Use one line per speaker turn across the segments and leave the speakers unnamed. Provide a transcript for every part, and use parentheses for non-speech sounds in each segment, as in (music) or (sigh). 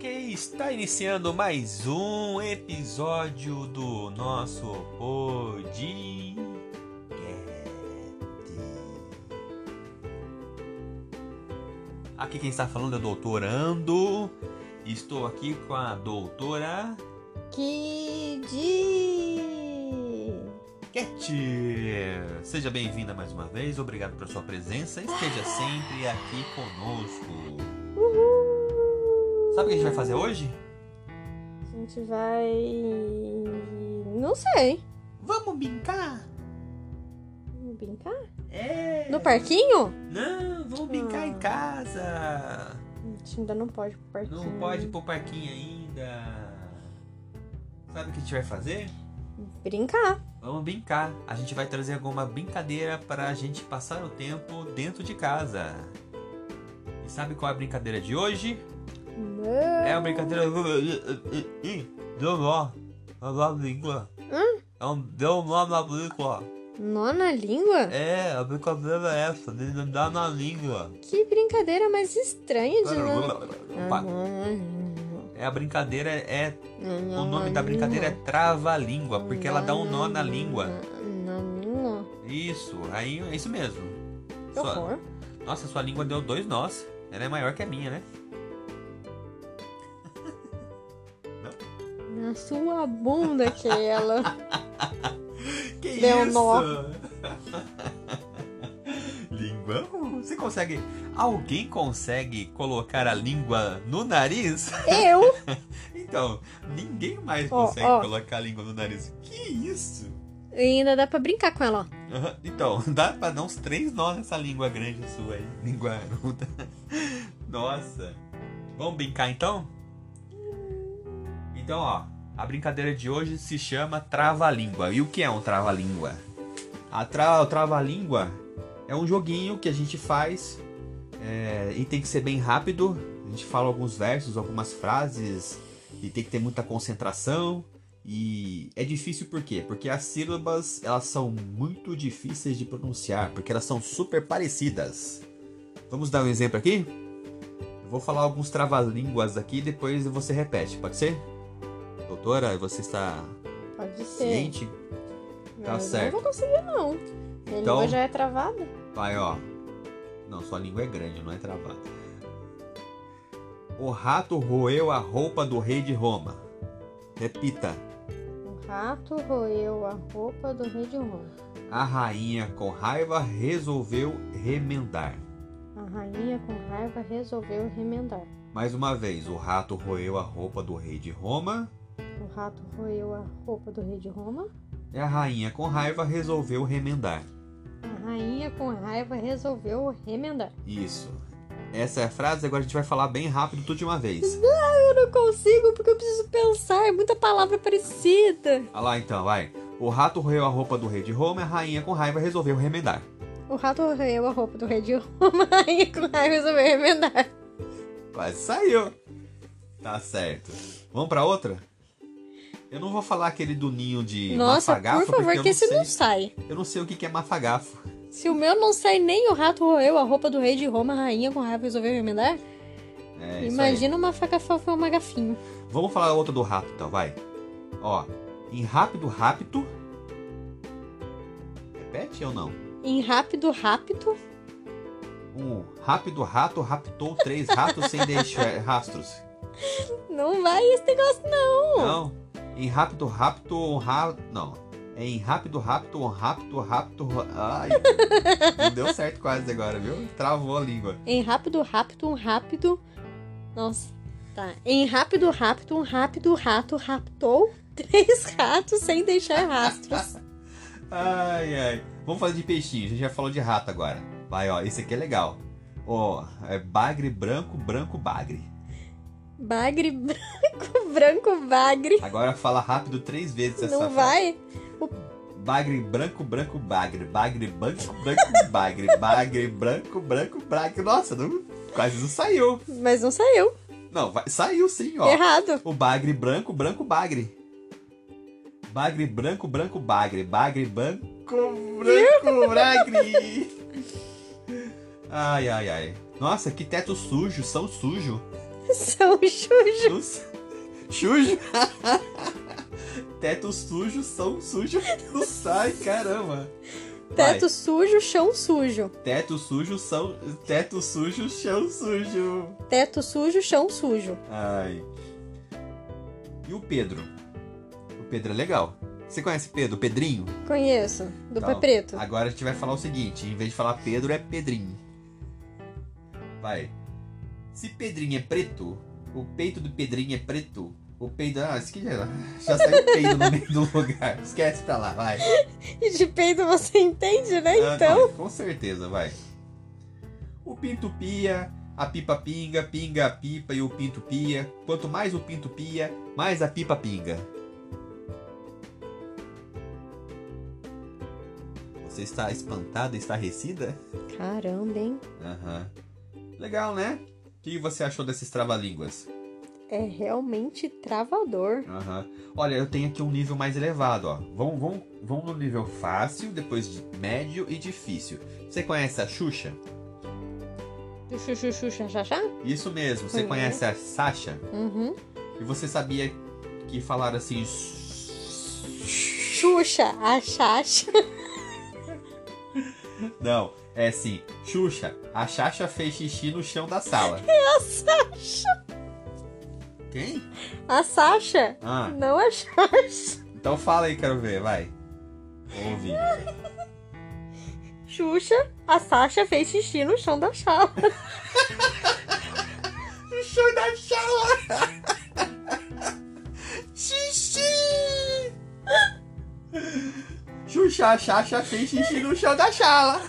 Está iniciando mais um episódio do nosso Podcast. Aqui quem está falando é o doutorando. Estou aqui com a doutora
Kid!
Cat. Seja bem-vinda mais uma vez. Obrigado pela sua presença. Esteja sempre aqui conosco. Sabe o que a gente vai fazer hoje?
A gente vai. Não sei.
Vamos brincar?
Vamos brincar?
É.
No parquinho?
Não, vamos brincar
Ah.
em casa.
A gente ainda não pode pro parquinho.
Não pode ir pro parquinho ainda. Sabe o que a gente vai fazer?
Brincar.
Vamos brincar. A gente vai trazer alguma brincadeira para a gente passar o tempo dentro de casa. E sabe qual é a brincadeira de hoje?
Não.
É a brincadeira. Deu nó. Na língua.
Hum?
É um deu nó na língua.
Nó na língua?
É, a brincadeira é essa, de dar na língua.
Que brincadeira mais estranha de não.
Opa. É a brincadeira é O nome da brincadeira é trava-língua, porque ela dá um nó na língua.
Na língua?
Isso, aí é isso mesmo.
Que
Sua-
horror.
nossa, sua língua deu dois nós. Ela é maior que a minha, né?
Na sua bunda aquela.
Que
Deu um
isso?
nó.
(laughs) língua? Você consegue. Alguém consegue colocar a língua no nariz?
(laughs)
(laughs)
Eu?
Então, ninguém mais
Ó,
consegue
ó.
colocar a língua no nariz. Que isso?
E ainda dá pra brincar com ela, ó.
Aham, Então, (laughs) dá pra dar uns três nós nessa língua grande sua aí. (laughs) Língua aruda. Nossa. Vamos brincar então? Então, ó. A brincadeira de hoje se chama trava-língua. E o que é um trava-língua? A tra- O trava-língua é um joguinho que a gente faz é, e tem que ser bem rápido. A gente fala alguns versos, algumas frases e tem que ter muita concentração. E é difícil por quê? Porque as sílabas elas são muito difíceis de pronunciar, porque elas são super parecidas. Vamos dar um exemplo aqui? Eu vou falar alguns trava-línguas aqui, depois você repete, pode ser? Doutora, você está
Pode ser.
ciente?
Mas eu
Tá certo.
Não vou conseguir, não. Minha
Então-
língua já é travada.
Vai, ó. Não, sua língua é grande, não é travada. O rato roeu a roupa do rei de Roma. Repita.
O Um rato roeu a roupa do rei de Roma.
A rainha, com raiva, resolveu remendar.
A rainha, com raiva, resolveu remendar.
Mais uma vez, o rato roeu a roupa do rei de Roma
O Um rato roeu a roupa do rei de Roma.
e a rainha, com raiva, resolveu remendar.
A rainha, com raiva, resolveu remendar.
Isso. Essa é a frase, agora a gente vai falar bem rápido tudo de uma vez.
Ah, Eu não consigo porque eu preciso pensar. É muita palavra parecida.
Olha lá então, vai. O rato roeu a roupa do rei de Roma e a rainha, com raiva, resolveu remendar.
O rato roeu a roupa do rei de Roma. (laughs) A rainha, com raiva, resolveu remendar.
Quase saiu. Tá certo. Vamos pra outra? Eu não vou falar aquele do ninho de
Nossa,
mafagafo,
por favor,
porque eu
que
não,
esse
sei,
não sai.
eu não sei o que que é mafagafo.
Se o meu não sai nem o rato roeu a roupa do rei de Roma, a rainha, com raiva, resolveu remendar.
É, isso aí.
Imagina uma faca fofa e uma gafinha.
Vamos falar outra do rato, então, vai. Ó, em rápido, rápido. Repete ou não?
Em rápido, rápido.
Um rápido rato raptou três ratos sem deixar rastros.
Não vai esse negócio, não.
Não. Em rápido, rápido, um rato. Não. É em rápido, rápido, um rápido, rápido. ra- Ai. não deu certo quase agora, viu? Travou a língua.
Em rápido, rápido, um rápido. Nossa, tá. Em rápido, rápido, um rápido rato raptou (laughs) três ratos sem deixar rastros.
Ai, ai. Vamos fazer de peixinho. A gente já falou de rato agora. Vai, ó. Esse aqui é legal. Ó, é bagre branco, branco bagre.
Bagre branco, branco bagre.
Agora fala rápido três vezes essa
Não
frase.
vai?
Bagre branco, branco, bagre. Bagre branco, branco, (laughs) bagre. Bagre branco, branco, bagre. Nossa, não- quase não saiu.
Mas não saiu.
Não, vai- saiu sim, ó.
Errado. (laughs)
O bagre branco, branco, bagre. Bagre branco, branco, bagre. Bagre branco,
(laughs)
branco, bagre. Ai, ai, ai. Nossa, que teto sujo, são sujo.
São Xuxa.
Nossa. (laughs) Sujo. Teto sujo, são sujo, não sai, caramba. Vai.
Teto sujo, chão sujo.
Teto sujo, são. Teto sujo, chão sujo.
Teto sujo, chão sujo.
Ai. E o Pedro? O Pedro é legal. Você conhece Pedro? O Pedrinho?
Conheço. Do
Então,
pé preto.
Agora a gente vai falar o seguinte: em vez de falar Pedro, é Pedrinho. Vai. Se Pedrinho é preto, o peito do Pedrinho é preto. O peito. Ah, esquece. Já saiu o peito no meio do lugar. Esquece pra lá, vai.
E de peito você entende, né?
Ah,
Então.
não, com certeza, vai. O pinto pia, a pipa pinga, pinga a pipa e o pinto pia. Quanto mais o pinto pia, mais a pipa pinga. Você está espantada, estarrecida?
Caramba, hein?
Aham. Legal, né? O que você achou desses trava-línguas?
É realmente travador.
Aham. Olha, eu tenho aqui um nível mais elevado, ó. Vamos, vamos, vamos no nível fácil, depois de médio e difícil. Você conhece a Xuxa?
Do chuchu, chuchu, chachá?
Isso mesmo, você
Uhum.
conhece a Sasha?
Uhum.
E você sabia que falaram assim.
Xuxa, a chacha.
Não, é assim. Xuxa, a Xaxa fez xixi no chão da
(laughs)
sala.
É A Sasha.
Quem?
A Sasha.
Ah,
Não a chacha.
então fala aí, quero ver, vai. Ouvi.
Xuxa, a Sasha fez xixi no chão da sala. (laughs)
No chão da sala! xixi! Xuxa, a Xaxa fez xixi no chão da sala.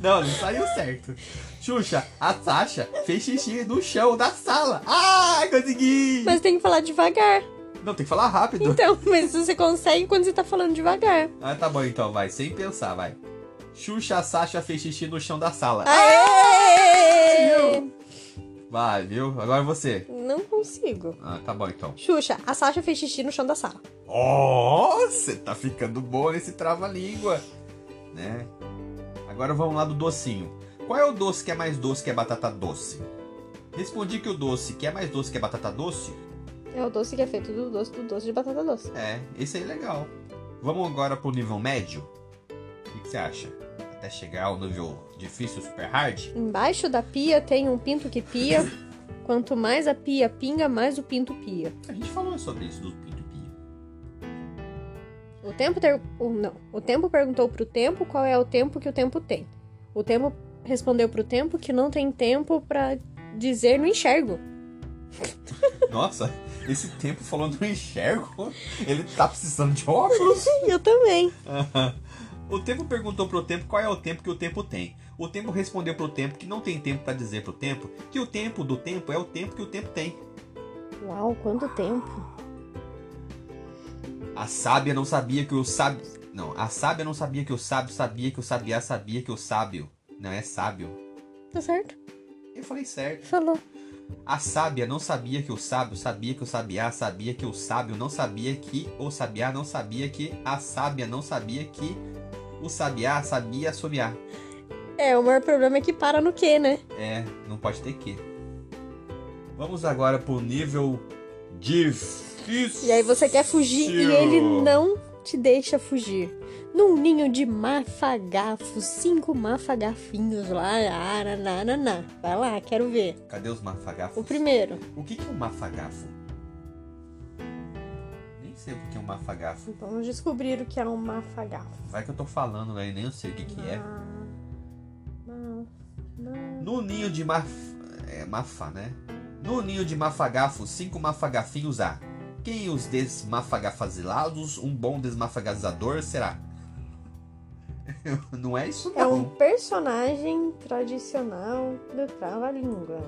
Não, não saiu certo. Xuxa, a Sasha fez xixi no chão da sala. Ah, consegui!
Mas tem que falar devagar.
Não, tem que falar rápido.
Então, (laughs) mas você consegue quando você tá falando devagar.
Ah, tá bom então, vai, sem pensar, vai. Xuxa, a Sasha fez xixi no chão da sala.
Aê!
Vai, viu? Agora você.
Não consigo.
Ah, tá bom então.
Xuxa, a Sasha fez xixi no chão da sala.
Ó, você tá ficando bom nesse trava-língua, né? Agora vamos lá do docinho. Qual é o doce que é mais doce que é batata doce? Respondi que o doce que é mais doce que é batata doce?
É o doce que é feito do doce do doce de batata doce.
É, esse aí é legal. Vamos agora pro nível médio? O que, que você acha? Até chegar ao nível difícil, super hard?
Embaixo da pia tem um pinto que pia. Quanto mais a pia pinga, mais o pinto pia.
A gente falou sobre isso do pinto-pia.
O tempo ter... o- não. O tempo perguntou pro tempo qual é o tempo que o tempo tem. O tempo respondeu pro tempo que não tem tempo pra dizer no enxergo.
Nossa, (laughs) esse tempo falando eu enxergo, ele tá precisando de óculos.
Eu também.
Aham. o tempo perguntou pro tempo qual é o tempo que o tempo tem. O tempo respondeu pro tempo que não tem tempo pra dizer pro tempo que o tempo do tempo é o tempo que o tempo tem.
Uau, quanto tempo.
A sábia não sabia que o sábio. Não, a sábia não sabia que o sábio sabia que o sabiá sabia que o sábio. Não, é sábio.
Tá certo?
Eu falei certo.
Falou.
A sábia não sabia que o sábio sabia que o sabiá sabia que o sábio não sabia que o sabiá não sabia que a sábia não sabia que o sabiá sabia assobiar.
É, o maior problema é que para no quê, né?
É, não pode ter que. Vamos agora pro nível difícil.
E aí você quer fugir e ele não te deixa fugir. Num ninho de mafagafos, cinco mafagafinhos lá, aranananá. Vai lá, quero ver.
Cadê os mafagafos?
O primeiro.
O que que é um mafagafo? Nem sei o que que é um mafagafo.
Vamos descobrir o Então, que era um mafagafo.
Vai que eu tô falando, né? Nem eu sei o que que é.
Ma- ma-
No ninho de maf... É, mafá, né? No ninho de mafagafos, cinco mafagafinhos há. Quem os desmafagafazilados, um bom desmafagazador será. (laughs) não é isso não.
É um personagem tradicional do Trava-Língua.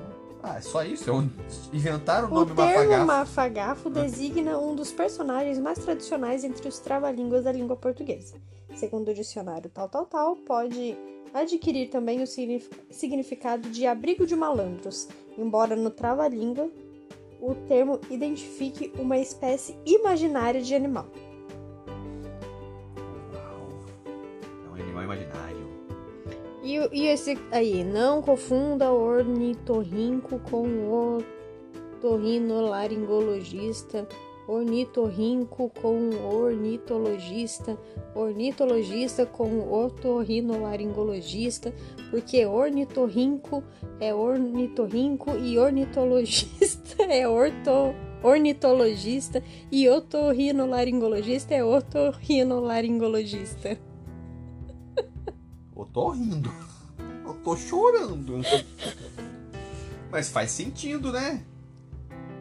Ah, é só isso? Eu inventaram o
O
nome
termo
Mafagafo?
mafagafo designa um dos personagens mais tradicionais entre os trava-línguas da língua portuguesa. Segundo o dicionário tal, tal, tal, pode adquirir também o signif- significado de abrigo de malandros, embora no trava-língua o termo identifique uma espécie imaginária de animal.
Uau. É um animal imaginário.
E, e esse aí, não confunda o ornitorrinco com o otorrinolaringologista, ornitorrinco com ornitologista, ornitologista com otorrinolaringologista, porque ornitorrinco é ornitorrinco e ornitologista (laughs) é orto, ornitologista e otorrinolaringologista é otorrinolaringologista.
Eu tô rindo. Eu tô chorando. Mas faz sentido, né?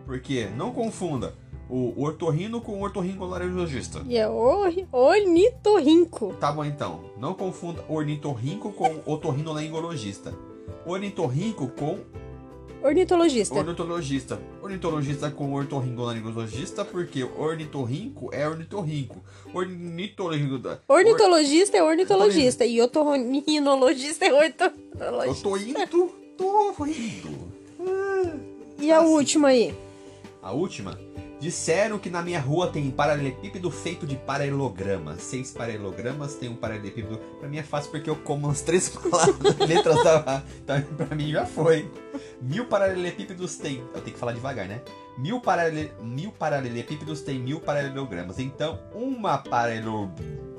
Porque, não confunda o ortorrino com o ortorrinolaringologista.
E é or, ornitorrinco.
Tá bom então. Não confunda ornitorrinco com otorrinolaringologista. Ornitorrinco com
Ornitologista.
ornitologista. Ornitologista com ortorrinolaringologista, porque ornitorrinco é ornitorrinco. Ornitoringo...
Ornitologista é ornitologista e otorrinologista é
Eu
ornitologista.
tô indo, tô indo.
E a última aí?
A última. Disseram que na minha rua tem paralelepípedo feito de paralelograma. Seis paralelogramas, tem um paralelepípedo. Pra mim é fácil porque eu como umas três (laughs) palavras, letras da. Então, pra mim já foi. Mil paralelepípedos tem. Eu tenho que falar devagar, né? Mil, paralele... mil paralelepípedos tem mil paralelogramas. Então, uma paralelo.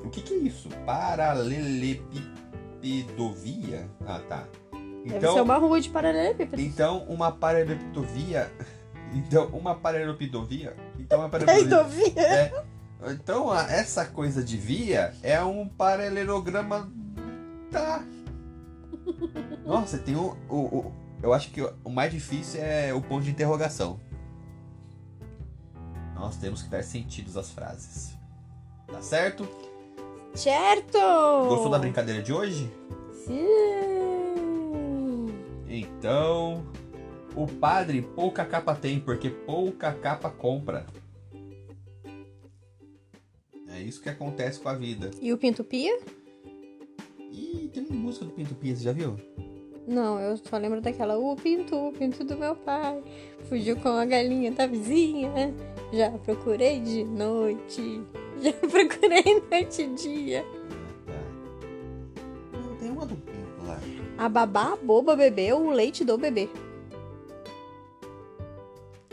O que que é isso? Paralelepipedovia? Ah, tá.
Deve ser uma né, rua de paralelepípedo.
Então, uma paralelepidovia. (laughs) Então, uma paralelepidovia. Então, uma paralelepidovia.
Peidovia.
Então, a- essa coisa de via é um paralelograma. Tá. Nossa, tem o. o, o- eu acho que o mais difícil é o ponto de interrogação. Nós temos que dar sentidos às frases. Tá certo?
Certo!
Gostou
Oh.
da brincadeira de hoje?
Sim!
Então, o padre pouca capa tem, porque pouca capa compra. É isso que acontece com a vida.
E o Pinto Pia?
Ih, tem uma música do Pinto Pia, você já viu?
Não, eu só lembro daquela. O Pinto, o Pinto do meu pai. Fugiu com a galinha da vizinha. Já procurei de noite. (laughs) Já procurei noite e dia.
Tá. Não, tem uma do Pinto lá.
A babá boba bebeu o leite do bebê.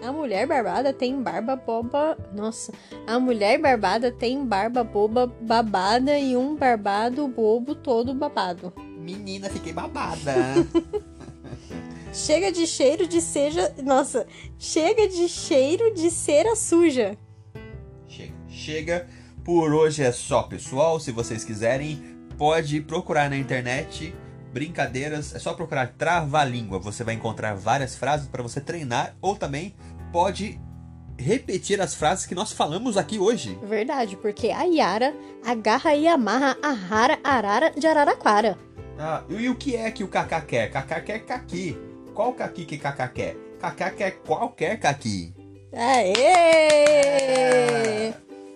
A mulher barbada tem barba boba. Nossa. A mulher barbada tem barba boba babada e um barbado bobo todo babado.
Menina, fiquei babada. (laughs)
Chega de cheiro de seja. Nossa. Chega de cheiro de cera suja.
chega, chega. Por hoje é só, pessoal. Se vocês quiserem, pode procurar na internet brincadeiras. É só procurar trava-língua. Você vai encontrar várias frases para você treinar ou também pode repetir as frases que nós falamos aqui hoje.
Verdade, porque a Yara agarra e amarra a rara arara de Araraquara.
Ah, e o que é que o Kaká quer? Kaká quer caqui. Qual caqui que Kaká quer? Kaká quer qualquer caqui.
Aê!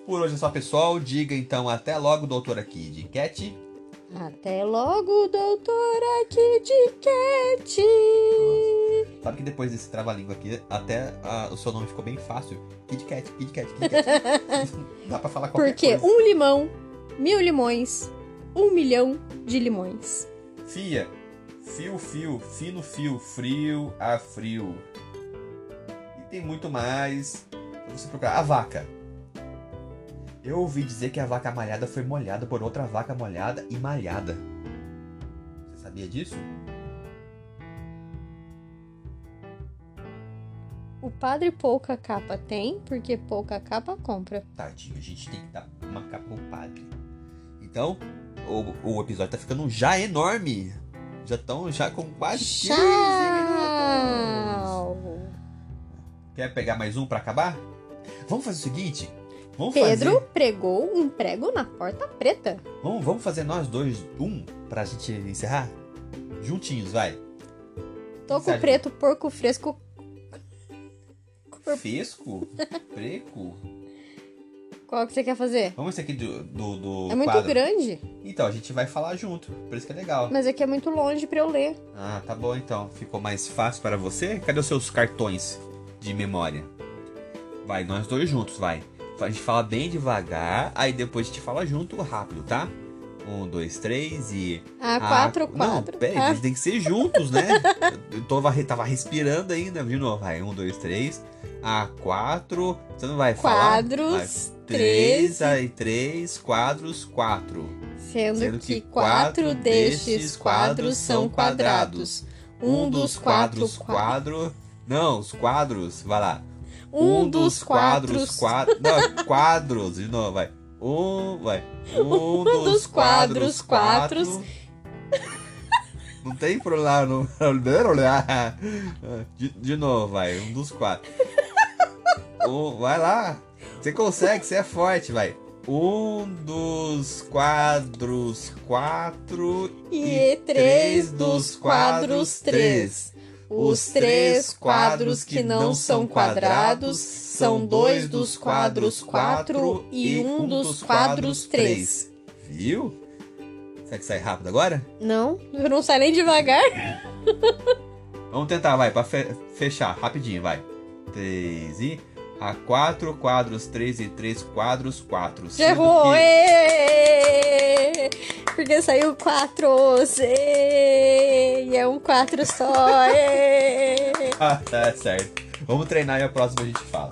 Por hoje é só, pessoal. Diga então até logo, doutora Kid. Cat.
Até logo, doutora Kid Cat!
Sabe que depois desse trava-língua aqui, até ah, o seu nome ficou bem fácil. Kid Cat, Kid Cat, Kid Cat. Dá pra falar qualquer
Porque
coisa.
um limão, mil limões, um milhão de limões.
Fia, fio, fio, fino, fio, frio, a frio. E tem muito mais. Pra você procurar. A vaca. Eu ouvi dizer que a vaca malhada foi molhada por outra vaca molhada e malhada. Você sabia disso?
O padre pouca capa tem, porque pouca capa compra.
Tadinho, a gente tem que dar uma capa pro padre. Então, o, o episódio tá ficando já enorme. Já estão já com quase 15 minutos.
Tchau!
Quer pegar mais um pra acabar? Vamos fazer o seguinte. Vamos
Pedro
fazer.
pregou um prego na porta preta.
Vamos, vamos fazer nós dois um pra gente encerrar? Juntinhos, vai.
Toco
Sério?
preto, porco fresco. (laughs)
Fesco? Preco?
Qual que você quer fazer?
Vamos esse aqui do, do, do
é muito
quadro.
grande,
Então, a gente vai falar junto. Por isso que é legal.
mas é que é muito longe pra eu ler.
Ah, tá bom então. Ficou mais fácil para você? Cadê os seus cartões de memória? Vai, nós dois juntos, vai. A gente fala bem devagar, aí depois a gente fala junto rápido, tá? Um, dois, três e.
A É quatro,
Ah, Não,
quatro.
peraí,
Ah.
mas tem que ser juntos, né? Eu tava, re- tava respirando ainda, de novo. Vai, um, dois, três. A quatro. Você não vai falar.
Quadros,
Três,
três,
aí três, quadros, quatro.
sendo,
sendo
que
que
quatro
quatro
destes quadros
destes quadros
são
são
quadrados. Um dos quatro,
quadros,
qua-
quadro. Não, os quadros, vai lá.
um dos quadros,
quadros, quadro. Não, (laughs) quadros, de novo, vai. Um,
(laughs)
vai. Um
dos
dos
quadros,
quadros,
quatro.
quatro. Não tem problema, não. De, de novo, vai. Um dos
(laughs)
quatro. Um, vai lá. Você consegue, você é forte, vai. Um dos quadros, quatro.
e três dos quadros, três. Os três quadros que não são quadrados são dois dos quadros, quatro e um dos quadros, três.
Viu? Será que sai rápido agora?
Não, eu não sai nem devagar.
Vamos tentar, vai, pra fe- fechar, rapidinho, vai. Três e. A quatro quadros, três e três quadros, quatro.
Já
Sendo
errou!
que-
ê! Porque saiu quatro. ê! E é um quatro só. é. ê!
(laughs) Ah, tá certo. Vamos treinar e a próxima a gente fala.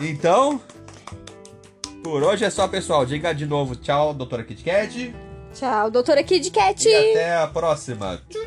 Então. Por hoje é só, pessoal. Diga de novo tchau, doutora Kit Kat.
Tchau, doutora Kid Cat.
E até a próxima. Tchau.